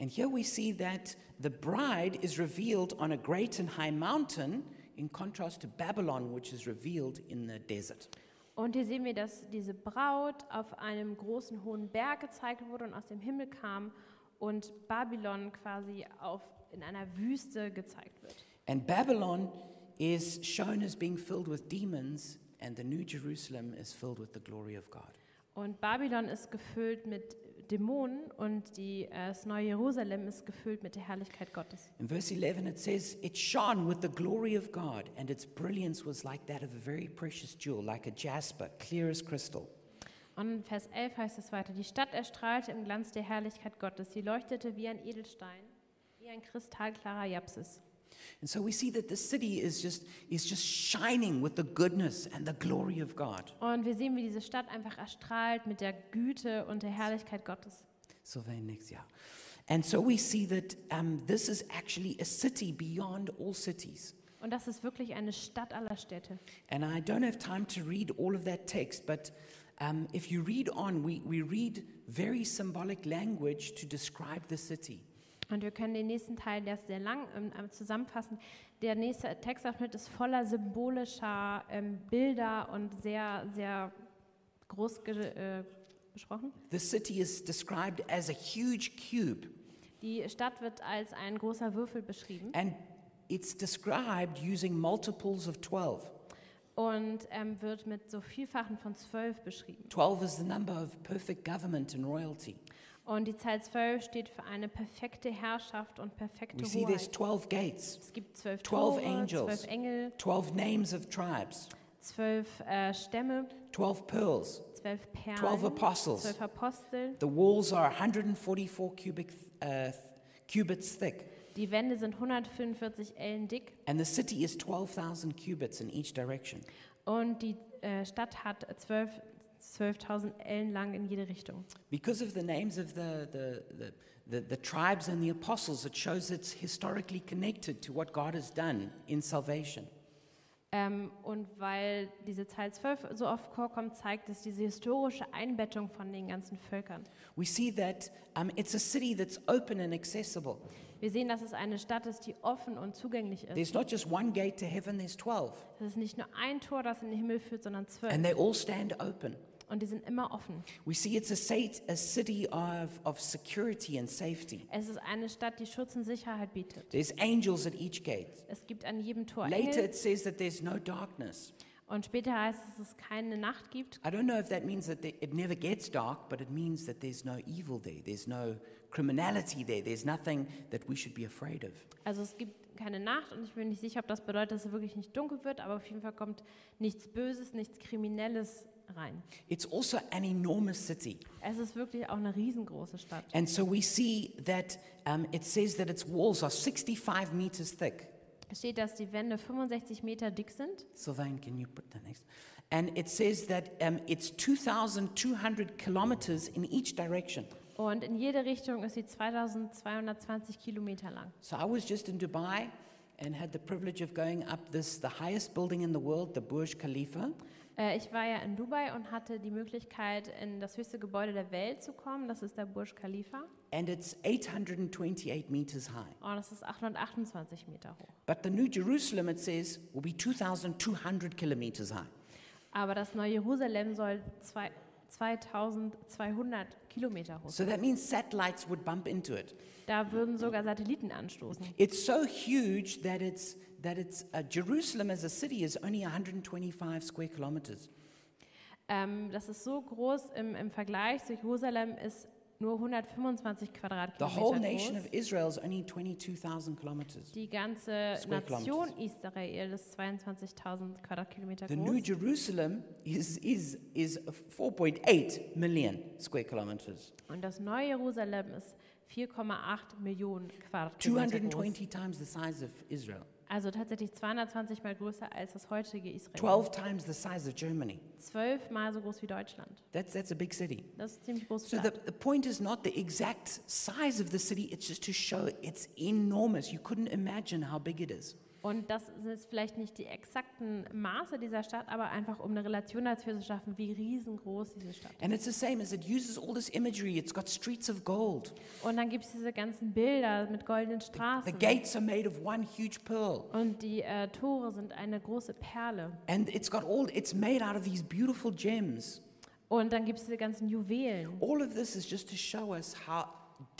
And here we see that the bride is revealed on a great and high mountain, in contrast to Babylon, which is revealed in the desert.
Und hier sehen wir, dass diese Braut auf einem großen hohen Berg gezeigt wurde und aus dem Himmel kam und Babylon quasi auf, in einer Wüste gezeigt wird.
And Babylon is shown as being filled with demons, and the New Jerusalem is filled with the glory of God.
Und Babylon ist gefüllt mit Dämonen und die, äh, das neue Jerusalem ist gefüllt mit der Herrlichkeit Gottes.
In verse 11, it says, It shone with the glory of God, and its brilliance was like that of a very precious jewel, like a jasper, clear as crystal.
Und in Vers 11 heißt es weiter, die Stadt erstrahlte im Glanz der Herrlichkeit Gottes, sie leuchtete wie ein Edelstein, wie ein kristallklarer Japsis.
And so we see that the city is just, is just shining with the goodness and the glory of God.
Und wir sehen, wie diese Stadt einfach erstrahlt mit der Güte und der Herrlichkeit Gottes.
So they next, yeah. And so we see that um, this is actually a city beyond all cities.
Und das ist wirklich eine Stadt aller Städte.
And I don't have time to read all of that text, but um, if you read on, we, we read very symbolic language to describe the city.
Und wir können den nächsten Teil, der ist sehr lang, ähm, ähm, zusammenfassen. Der nächste Textabschnitt ist voller symbolischer ähm, Bilder und sehr, sehr groß ge- äh, besprochen.
The city is described as a huge cube,
Die Stadt wird als ein großer Würfel beschrieben.
and it's described using multiples of 12.
und ähm, wird mit so Vielfachen von zwölf beschrieben.
12 is the number of perfect government and royalty.
Und die Zahl zwölf steht für eine perfekte Herrschaft und perfekte
We see there's
Hoheit.
12 gates,
Es gibt
12
zwölf Tore,
angels.
zwölf Engel,
12 names of tribes,
zwölf äh, Stämme,
12 pearls.
zwölf Perlen,
12 apostles.
zwölf Apostel.
The walls are 144 cubic, uh, th- cubits thick,
Die Wände sind 145 Ellen dick
and the city is 12,000 cubits in each direction.
und die äh, Stadt hat zwölf 12.000 Ellen lang in jede Richtung.
Because of the names of the, the, the, the, the tribes and the apostles, it shows it's historically connected to what God has done in salvation.
Ähm, und weil diese Zahl 12 so oft vorkommt, zeigt es diese historische Einbettung von den ganzen Völkern.
We see that um, it's a city that's open and accessible.
Wir sehen, dass es eine Stadt ist, die offen und zugänglich ist.
There's not just one gate to heaven, there's 12,
Es ist nicht nur ein Tor, das in den Himmel führt, sondern zwölf.
and they all stand open.
und die sind immer offen.
We see it's a, sate, a city of, of security and safety.
Es ist eine Stadt, die Schutz und Sicherheit bietet.
There's angels at each gate.
Es gibt an jedem Tor
Later
Engel
it says that there's no darkness.
und später heißt es, dass es keine Nacht gibt.
I don't know if that means that the- it never gets dark, but it means that there's no evil there. There's no criminality there. There's nothing that we should be afraid of.
Also es gibt keine Nacht und ich bin nicht sicher, ob das bedeutet, dass es wirklich nicht dunkel wird, aber auf jeden Fall kommt nichts Böses, nichts Kriminelles rein.
It's also an enormous city.
Es ist wirklich auch eine riesengroße Stadt.
And so we see that um, it says that its walls are 65 meters thick.
Es steht, dass die Wände 65 Meter dick sind
Sylvain, can you put the next? And it says that um, it's 2,200 kilometers in each direction.
und in jede Richtung ist sie 2220 Kilometer lang.
So I was just in Dubai and had the privilege of going up this, the highest building in the world, the Burj Khalifa.
Äh, ich war ja in Dubai und hatte die Möglichkeit, in das höchste Gebäude der Welt zu kommen. Das ist der Burj Khalifa.
And it's 828 meters high.
Und das ist 828 Meter hoch.
But the New Jerusalem, it says, will be 2,200 kilometers high.
Aber das neue Jerusalem soll zwei, 2200 Kilometer hoch sein.
So that means satellites would bump into it.
Da würden sogar Satelliten anstoßen.
It's so huge that it's that it's uh, Jerusalem as a city is only 125 square kilometers.
Ähm, das ist so groß im, im Vergleich zu Jerusalem, ist nur 125
The whole
Quadratkilometer
nation
groß.
of Israel is only 22,000 kilometers.
Die ganze
Square
Nation Israel ist 22.000 Quadratkilometer
The New
groß.
Jerusalem is is is 4.8 million square kilometers,
Und das neue Jerusalem ist 4,8 Millionen Quadratkilometer groß.
220 times the size of Israel,
Also tatsächlich 220 mal größer als das heutige Israel.
12 times the size of Germany.
Zwölf mal so groß wie Deutschland.
That's that's a big city.
Das ist eine ziemlich groß.
So the, the point is not the exact size of the city, it's just to show it's enormous. You couldn't imagine how big it is.
Und das sind jetzt vielleicht nicht die exakten Maße dieser Stadt, aber einfach um eine Relation dazu zu schaffen, wie riesengroß diese Stadt
And it's the same as it uses all this imagery. It's got streets of gold.
ist. Und dann gibt es diese ganzen Bilder mit goldenen
The
Straßen.
gates are made of one huge pearl.
Und die äh, Tore sind eine große Perle.
And it's got all, it's made out of these beautiful gems.
Und dann gibt es diese ganzen Juwelen.
All of this is just to show us how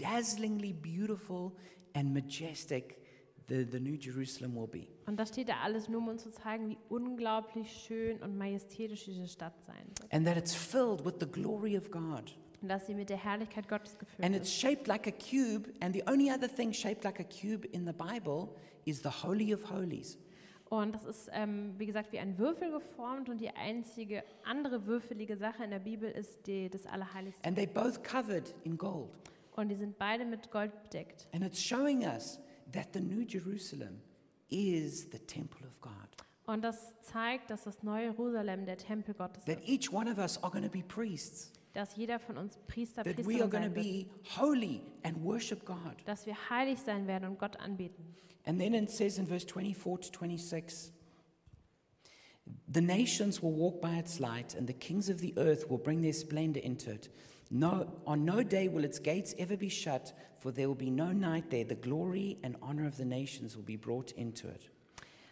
dazzlingly beautiful and majestic the, the New Jerusalem will be.
Und das steht da alles nur, um uns zu zeigen, wie unglaublich schön und majestätisch diese Stadt sein wird.
And that it's filled with the glory of God.
Und dass sie mit der Herrlichkeit Gottes gefüllt
And it's
ist.
shaped like a cube. And the only other thing shaped like a cube in the Bible is the Holy of Holies.
Und das ist, ähm, wie gesagt, wie ein Würfel geformt. Und die einzige andere würfelige Sache in der Bibel ist die, das Allerheiligste.
And they're both covered in gold.
Und die sind beide mit Gold bedeckt.
And it's showing us that the New Jerusalem is the temple of God.
Und das zeigt, dass das neue Jerusalem der Tempel Gottes
That
ist.
each one of us are going to be priests.
Dass jeder von uns Priester,
That we are
Priesterin
going to
sein wird.
be holy and worship God.
Dass wir heilig sein werden und Gott anbeten.
And then it says in verse 24 to 26 The nations will walk by its light, and the kings of the earth will bring their splendor into it. No, on no day will its gates ever be shut, for there will be no night there. The glory and honor of the nations will be brought into it.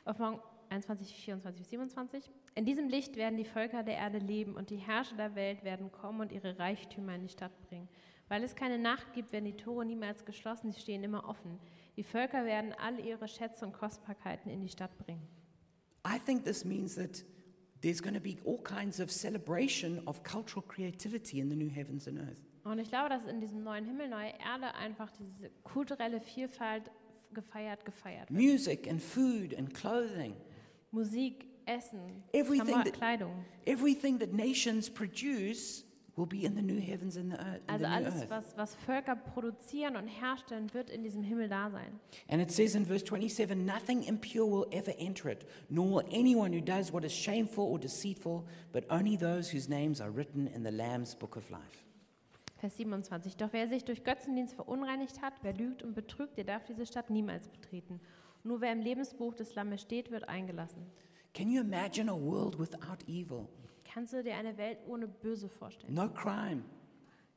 Offenbarung 21, 24 bis 27. In diesem Licht werden die Völker der Erde leben und die Herrscher der Welt werden kommen und ihre Reichtümer in die Stadt bringen. Weil es keine Nacht gibt, werden die Tore niemals geschlossen, sie stehen immer offen. Die Völker werden alle ihre Schätze und Kostbarkeiten in die Stadt bringen.
I think this means that there's going to be all kinds of celebration of cultural creativity in the new heavens and earth.
Und ich glaube, dass in diesem neuen Himmel, neue Erde einfach diese kulturelle Vielfalt gefeiert, gefeiert. wird.
Music and food and clothing,
Musik, Essen,
Everything
Klammer,
that-
Kleidung.
everything that nations produce will be in the new heavens and the earth.
Also
the new
alles,
earth.
was, was Völker produzieren und herstellen, wird in diesem Himmel da sein.
And it says in verse 27 nothing impure will ever enter it, nor will anyone who does what is shameful or deceitful, but only those whose names are written in the Lamb's book of life.
Vers 27. Doch wer sich durch Götzendienst verunreinigt hat, wer lügt und betrügt, der darf diese Stadt niemals betreten. Nur wer im Lebensbuch des Lammes steht, wird eingelassen.
Can you imagine a world without evil?
Kannst du dir eine Welt ohne Böse vorstellen?
No crime,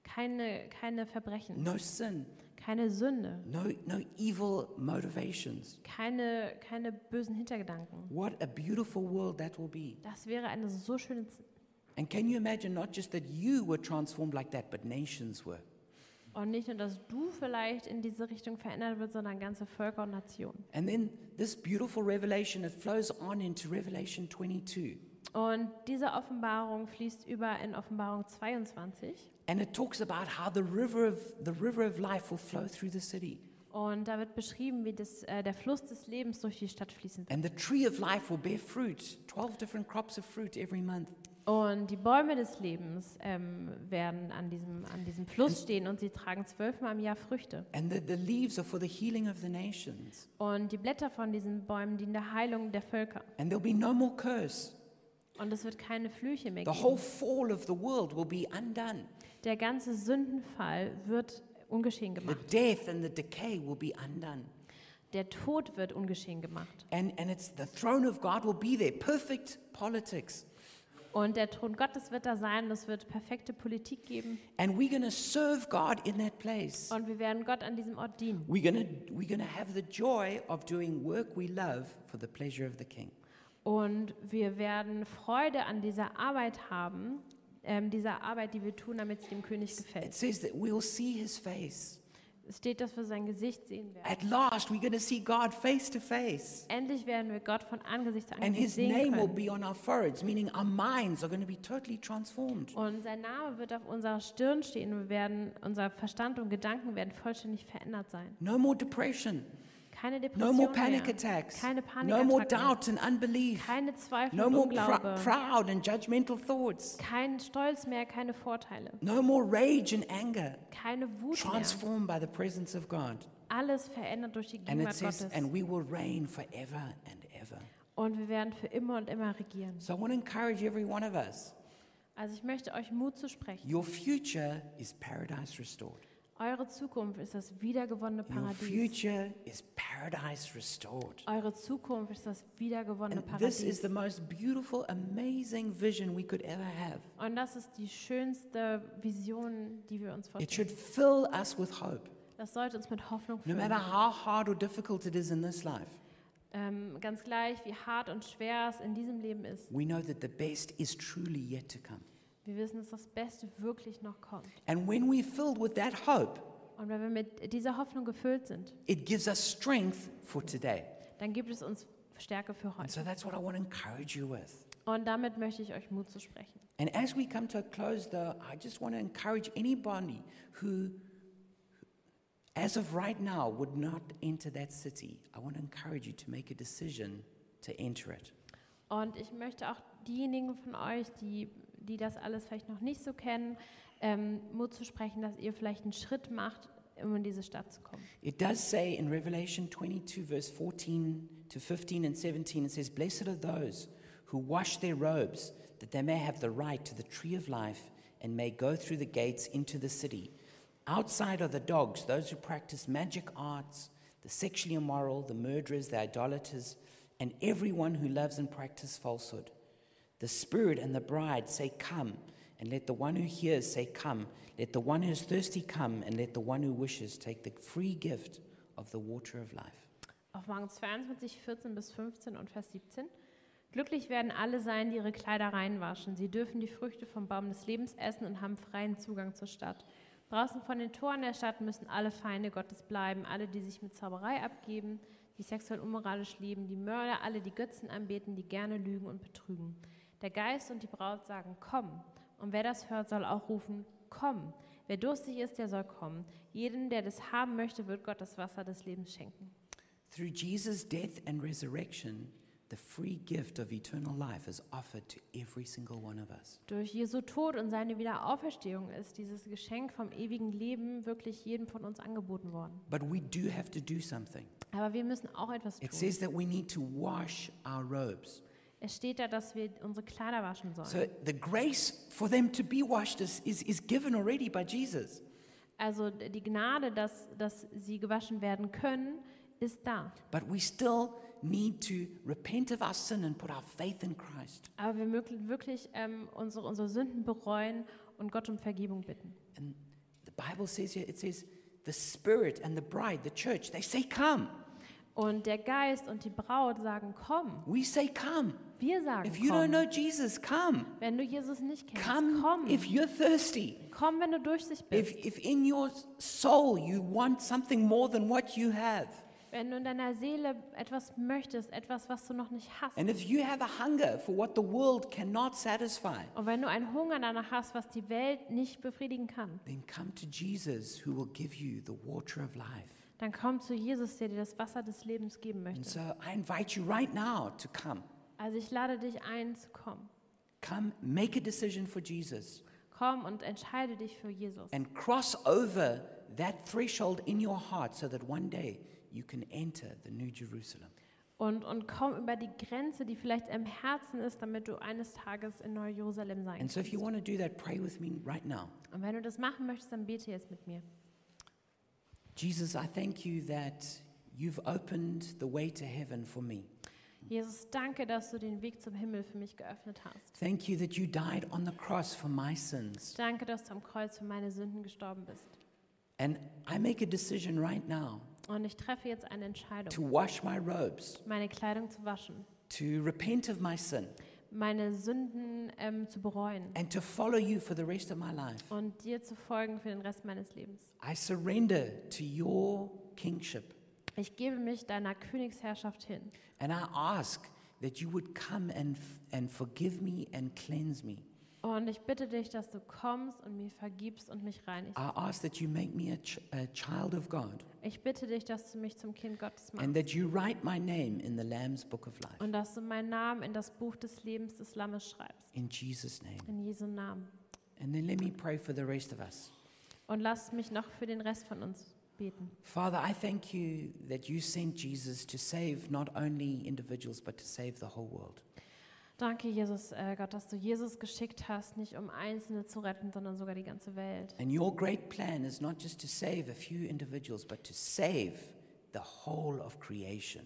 Keine, keine Verbrechen,
no sin,
keine Sünde,
no, no evil motivations.
keine, keine bösen Hintergedanken.
What a beautiful world that will be.
Das wäre eine so schöne Z-
And can you imagine not just that you were transformed like that, but nations were?
Und nicht nur, dass du vielleicht in diese Richtung verändert wird, sondern ganze Völker und Nationen.
And then this beautiful revelation, it flows on into Revelation 22.
Und diese Offenbarung fließt über in Offenbarung 22.
And it talks about how the river of, the river of life will flow through the city.
Und da wird beschrieben, wie das, äh, der Fluss des Lebens durch die Stadt fließen wird.
And the tree of life will bear fruit, 12 different crops of fruit every month.
Und die Bäume des Lebens ähm, werden an diesem, an diesem Fluss stehen und sie tragen zwölfmal im Jahr Früchte.
And the, the leaves are for the healing of the nations.
Und die Blätter von diesen Bäumen dienen der Heilung der Völker.
And there'll be no more curse.
Und es wird keine Flüche mehr
The whole
geben.
fall of the world will be undone.
Der ganze Sündenfall wird ungeschehen
The
gemacht.
death and the decay will be undone.
Der Tod wird ungeschehen gemacht.
And, and it's the throne of God will be there. Perfect politics.
Und der Thron Gottes wird da sein. und Es wird perfekte Politik geben.
And we're going to serve God in that place.
Und wir werden Gott an diesem Ort dienen.
We're going to we're gonna have the joy of doing work we love for the pleasure of the King.
Und wir werden Freude an dieser Arbeit haben, ähm, dieser Arbeit, die wir tun, damit sie dem König
It
gefällt.
says that we'll see his face.
Es steht, dass wir sein Gesicht sehen werden.
At last, we're going to see God face to face.
Endlich werden wir Gott von Angesicht zu
And his
Angesicht
name
sehen
will
können.
be on our foreheads, meaning our minds are going to be totally transformed.
Und sein Name wird auf unserer Stirn stehen. Wir werden, unser Verstand und Gedanken werden vollständig verändert sein.
No more depression.
Keine
No
Depression
more panic
mehr.
attacks.
Keine
No more
Panikattacken.
doubt and unbelief.
Keine Zweifel
No
und
more pr-
Unglaube.
proud and judgmental thoughts.
Kein Stolz mehr, keine Vorteile.
No more rage and anger.
Keine Wut mehr.
Transformed by the presence of God.
Alles verändert durch die
And it
Gegenwart
says,
Gottes.
and we will reign forever and ever.
Und wir werden für immer und immer regieren.
So I want to encourage every one of us
Also ich möchte euch Mut zu sprechen.
your future is paradise restored.
Eure Zukunft ist das wiedergewonnene
Your
Paradies.
future is paradise restored.
Eure Zukunft ist das wiedergewonnene
And this is
Paradies.
the most beautiful, amazing vision we could ever have.
Und das ist die schönste Vision, die wir uns
It
vorstellen.
should fill us with hope,
Das sollte uns mit Hoffnung
no
füllen.
matter how hard or difficult it is in this life.
Ähm, ganz gleich, wie hart und schwer es in diesem Leben ist.
We know that the best is truly yet to come.
Wir wissen, dass das Beste wirklich noch kommt.
And when we're filled with that hope,
Und wenn wir mit dieser Hoffnung gefüllt sind,
it gives us strength for today.
dann gibt es uns Stärke für
And
heute.
so that's what I want to encourage you with.
Und damit möchte ich euch Mut zu sprechen.
And as we come to a close, though, I just want to encourage anybody who, as of right now, would not enter that city. I want to encourage you to make a decision to enter it.
Und ich möchte auch diejenigen von euch, die, die das alles vielleicht noch nicht so kennen, ähm, Mut zu sprechen, dass ihr vielleicht einen Schritt macht, um in diese Stadt zu kommen.
It does say in Revelation 22, verse 14 to 15 and 17, it says, Blessed are those who wash their robes, that they may have the right to the tree of life and may go through the gates into the city. Outside are the dogs, those who practice magic arts, the sexually immoral, the murderers, the idolaters, and everyone who loves and practices falsehood. The Spirit and the bride say, Come. And let the one who hears say, Come. Let the one who is thirsty come. And let the one who wishes take the free gift of the water of life.
Offenbarung 22, 14 bis 15 und Vers 17. Glücklich werden alle sein, die ihre Kleider reinwaschen. Sie dürfen die Früchte vom Baum des Lebens essen und haben freien Zugang zur Stadt. Draußen von den Toren der Stadt müssen alle Feinde Gottes bleiben, alle, die sich mit Zauberei abgeben, die sexuell unmoralisch leben, die Mörder, alle, die Götzen anbeten, die gerne lügen und betrügen. Der Geist und die Braut sagen, komm. Und wer das hört, soll auch rufen, komm. Wer durstig ist, der soll kommen. Jeden, der das haben möchte, wird Gott das Wasser des Lebens schenken.
Through Jesus' death and resurrection, the free gift of eternal life is offered to every single one of us.
Durch Jesu Tod und seine Wiederauferstehung ist dieses Geschenk vom ewigen Leben wirklich jedem von uns angeboten worden.
But we do have to do something.
Aber wir müssen auch etwas
It
tun.
says that we need to wash our robes.
Es steht da, dass wir unsere Kleider waschen sollen.
So the grace for them to be washed is, is, is given already by Jesus.
Also die Gnade, dass, dass sie gewaschen werden können, ist da.
But we still need to repent of our sin and put our faith in Christ.
Aber wir mögen wirklich ähm, unsere, unsere Sünden bereuen und Gott um Vergebung bitten.
And the Bible says here, it says, the Spirit and the bride, the church, they say, Come.
Und der Geist und die Braut sagen, komm.
We say, Come.
Wir sagen,
If you don't
komm.
know Jesus, come.
Wenn du Jesus nicht kennst,
Come
komm.
if you're thirsty.
Komm, wenn du durchsichtig
If,
bist.
if in your soul you want something more than what you have,
Wenn du in deiner Seele etwas möchtest, etwas, was du noch nicht hast.
and if you have a hunger for what the world cannot satisfy,
Und wenn du einen Hunger danach hast, was die Welt nicht befriedigen kann,
then come to Jesus who will give you the water of life.
dann komm zu Jesus, der dir das Wasser des Lebens geben
And
möchte.
so I invite you right now to come.
Also ich lade dich ein, zu kommen.
Come, make a decision for Jesus
Komm und entscheide dich für Jesus.
and cross over that threshold in your heart so that one day you can enter the New Jerusalem.
Und, und komm über die Grenze, die vielleicht im Herzen ist, damit du eines Tages in Neu-Jerusalem sein
And so if
kannst.
you want to do that, pray with me right now.
Und wenn du das machen möchtest, dann bete jetzt mit mir.
Jesus, I thank you that you've opened the way to heaven for me.
Jesus, danke, dass du den Weg zum Himmel für mich geöffnet hast.
Thank you that you died on the cross for my sins.
Danke, dass du am Kreuz für meine Sünden gestorben bist.
And I make a decision right now
Und ich treffe jetzt eine
to
Entscheidung,
wash my robes,
meine Kleidung zu waschen,
to repent of my sin,
meine Sünden ähm, zu bereuen
and to follow you for the rest of my life.
und dir zu folgen für den Rest meines Lebens.
I surrender to your kingship.
Ich gebe mich deiner Königsherrschaft hin
And I ask that you would come and, and forgive me and cleanse me.
und ich bitte dich, dass du kommst und mir vergibst und mich reinigst.
I ask that you make me a, ch- a child of God
Ich bitte dich, dass du mich zum Kind Gottes
and
machst
that you write my name in the Lamb's book of life.
und dass du meinen Namen in das Buch des Lebens des Lammes schreibst.
In Jesus' name.
In Jesu Namen.
And then let me pray for the rest of us.
Und lass mich noch für den Rest von uns beten.
Father, I thank you that you sent Jesus to save not only individuals, but to save the whole world.
Danke, Jesus, äh, Gott, dass du Jesus geschickt hast, nicht um Einzelne zu retten, sondern sogar die ganze Welt.
And your great plan is not just to save a few individuals, but to save the whole of creation.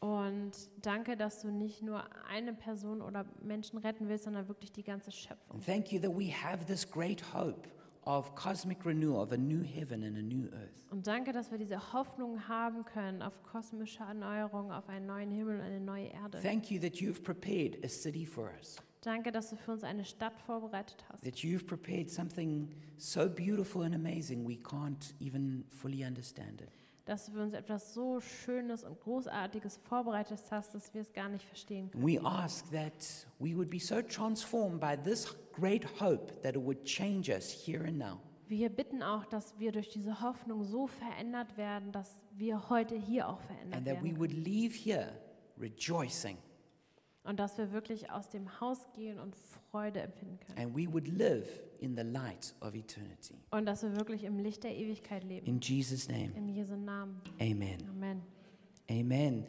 Und danke, dass du nicht nur eine Person oder Menschen retten willst, sondern wirklich die ganze Schöpfung.
And thank you that we have this great hope of cosmic renewal, of a new heaven and a new earth.
Und danke, dass wir diese Hoffnung haben können auf kosmische Erneuerung, auf einen neuen Himmel und eine neue Erde.
Thank you that you've prepared a city for us,
Danke, dass du für uns eine Stadt vorbereitet hast.
that you've prepared something so beautiful and amazing we can't even fully understand it.
dass du für uns etwas so Schönes und Großartiges vorbereitet hast, dass wir es gar nicht verstehen können.
We ask that we would be so transformed by this great hope that it would change us here and now.
Wir bitten auch, dass wir durch diese Hoffnung so verändert werden, dass wir heute hier auch verändert
And that we
werden.
would leave here rejoicing
Und dass wir wirklich aus dem Haus gehen und Freude empfinden können.
and we would live in the light of eternity.
Und dass wir wirklich im Licht der Ewigkeit leben.
In Jesus' name,
In Jesu Namen.
amen.
Amen.
Amen.